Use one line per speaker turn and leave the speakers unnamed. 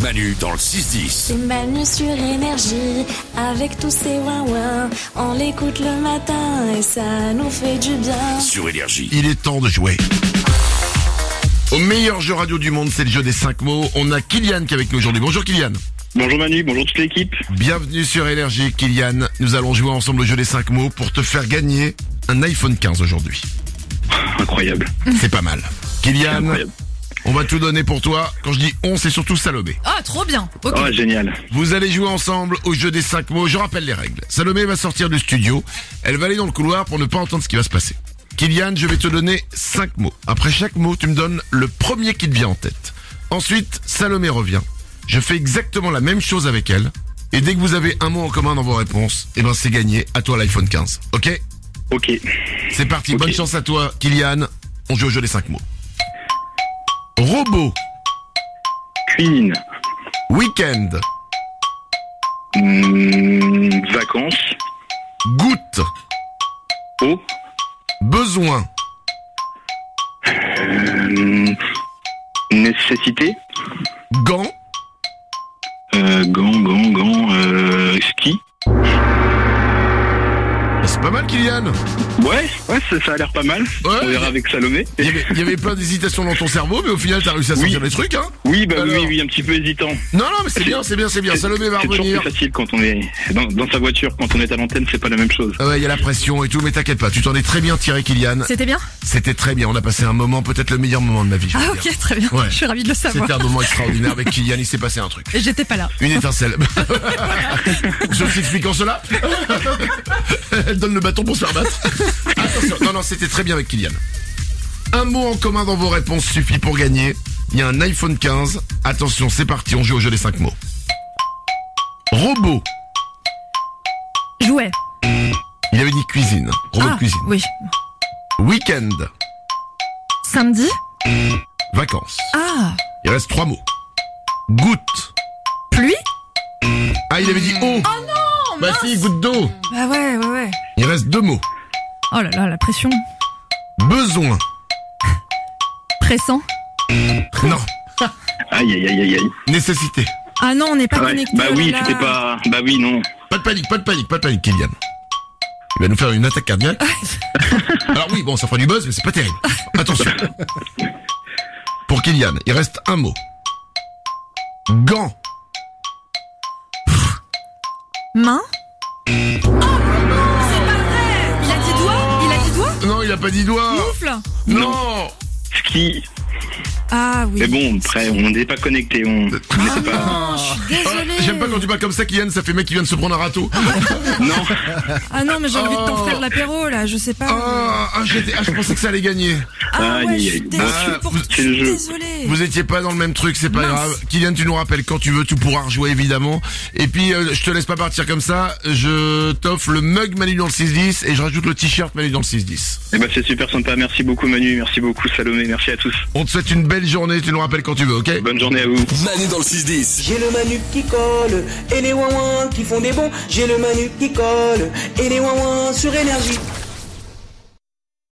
Manu dans le 6-10.
C'est Manu sur énergie, avec tous ces ouin On l'écoute le matin et ça nous fait du bien.
Sur Énergie.
Il est temps de jouer. Au meilleur jeu radio du monde, c'est le jeu des 5 mots. On a Kylian qui est avec nous aujourd'hui. Bonjour Kylian.
Bonjour Manu, bonjour toute l'équipe.
Bienvenue sur Énergie, Kylian. Nous allons jouer ensemble au jeu des 5 mots pour te faire gagner un iPhone 15 aujourd'hui.
Incroyable.
C'est pas mal. Kylian,
Incroyable.
on va tout donner pour toi. Quand je dis on, c'est surtout Salomé.
Ah, trop bien. Ok.
Oh, génial.
Vous allez jouer ensemble au jeu des 5 mots. Je rappelle les règles. Salomé va sortir du studio. Elle va aller dans le couloir pour ne pas entendre ce qui va se passer. Kylian, je vais te donner 5 mots. Après chaque mot, tu me donnes le premier qui te vient en tête. Ensuite, Salomé revient. Je fais exactement la même chose avec elle. Et dès que vous avez un mot en commun dans vos réponses, eh ben c'est gagné. À toi l'iPhone 15. Ok
Ok.
C'est parti.
Ok.
Bonne chance à toi, Kylian. On joue au jeu des 5 mots. Robot,
Cuisine.
week-end,
Hmm, vacances.
goutte,
Eau.
besoin,
Hmm, nécessité.
gants,
Euh, gants, gants, gants. Euh, ski.
C'est pas mal, Kylian.
Ouais, ouais, ça, ça a l'air pas mal.
Ouais.
On verra avec Salomé.
Il y avait, il y avait plein d'hésitations dans ton cerveau, mais au final, t'as réussi à sortir
Oui.
les trucs, hein
Oui, bah oui,
Alors.
oui, oui, un petit peu hésitant.
Non, non, mais c'est bien, c'est bien, c'est bien.
C'est-
Salomé va
C'est toujours
revenir.
plus facile quand on est dans, dans sa voiture, quand on est à l'antenne, c'est pas la même chose.
Ah Ouais, il y a la pression et tout, mais t'inquiète pas, tu t'en es très bien tiré, Kylian.
C'était bien
C'était très bien, on a passé un moment, peut-être le meilleur moment de ma vie. je
Ah,
veux dire.
ok, très bien.
Ouais.
Je suis ravie de le savoir.
C'était un moment extraordinaire avec Kylian, il s'est passé un truc.
Et j'étais pas là.
Une étincelle. Je t'explique en cela. Elle donne le bâton pour se faire battre. Attention, non, non, c'était très bien avec Kylian. Un mot en commun dans vos réponses suffit pour gagner. Il y a un iPhone 15. Attention, c'est parti, on joue au jeu des 5 mots. Robot.
Jouet.
Il avait dit cuisine. Robot
ah,
de cuisine.
oui.
Week-end.
Samedi.
Vacances.
Ah,
Il reste trois mots. Goutte.
pluie.
Ah, il avait dit eau. Oh non Bah si, goutte d'eau.
Bah ouais, ouais, ouais.
Il reste deux mots.
Oh là là, la pression.
Besoin.
Pressant.
Non.
Aïe, aïe, aïe, aïe, aïe.
Nécessité.
Ah non, on n'est pas
Ouais.
connecté.
Bah
oh là
oui,
là.
tu t'es pas. Bah oui, non.
Pas de panique, pas de panique, pas de panique, Kylian. Il va nous faire une attaque cardiaque. Alors oui, bon, ça fera du buzz, mais c'est pas terrible. Attention. Pour Kylian, il reste un mot. Gant.
Main. Oh c'est pas vrai Il a dit doigt Il a dit doigt
Non, il a pas dit doigt.
Moufle
Non.
Ski.
Ah oui.
Mais bon, après, on n'est pas connecté. On...
Ah non, je suis désolée.
Ah, J'aime pas quand tu parles comme ça, Kylian, ça fait mec qui vient de se prendre un râteau.
Non.
Ah non, mais j'ai envie de
Oh.
t'en faire l'apéro là, je sais pas.
Ah, ah, j'étais- ah, je pensais que ça allait gagner.
Ah ouais,
Oh. Aïe,
je suis
aïe,
déçue
aïe.
pour
Ah,
c'est le
Je suis
jeu.
désolée.
Vous étiez pas dans le même truc, c'est pas
Mince.
grave. Kylian, tu nous rappelles quand tu veux, tu pourras rejouer évidemment. Et puis, euh, je te laisse pas partir comme ça. Je t'offre le mug Manu dans le 6-10 et je rajoute le t-shirt Manu dans le 6-10.
Eh ben, c'est super sympa. Merci beaucoup, Manu. Merci beaucoup, Salomé. Merci à tous.
On te souhaite une belle journée, tu nous rappelles quand tu veux, ok
Bonne journée à vous.
Manu dans le 6-10.
J'ai le Manu qui colle et les ouin qui font des bons. J'ai le Manu qui colle et les ouin sur énergie.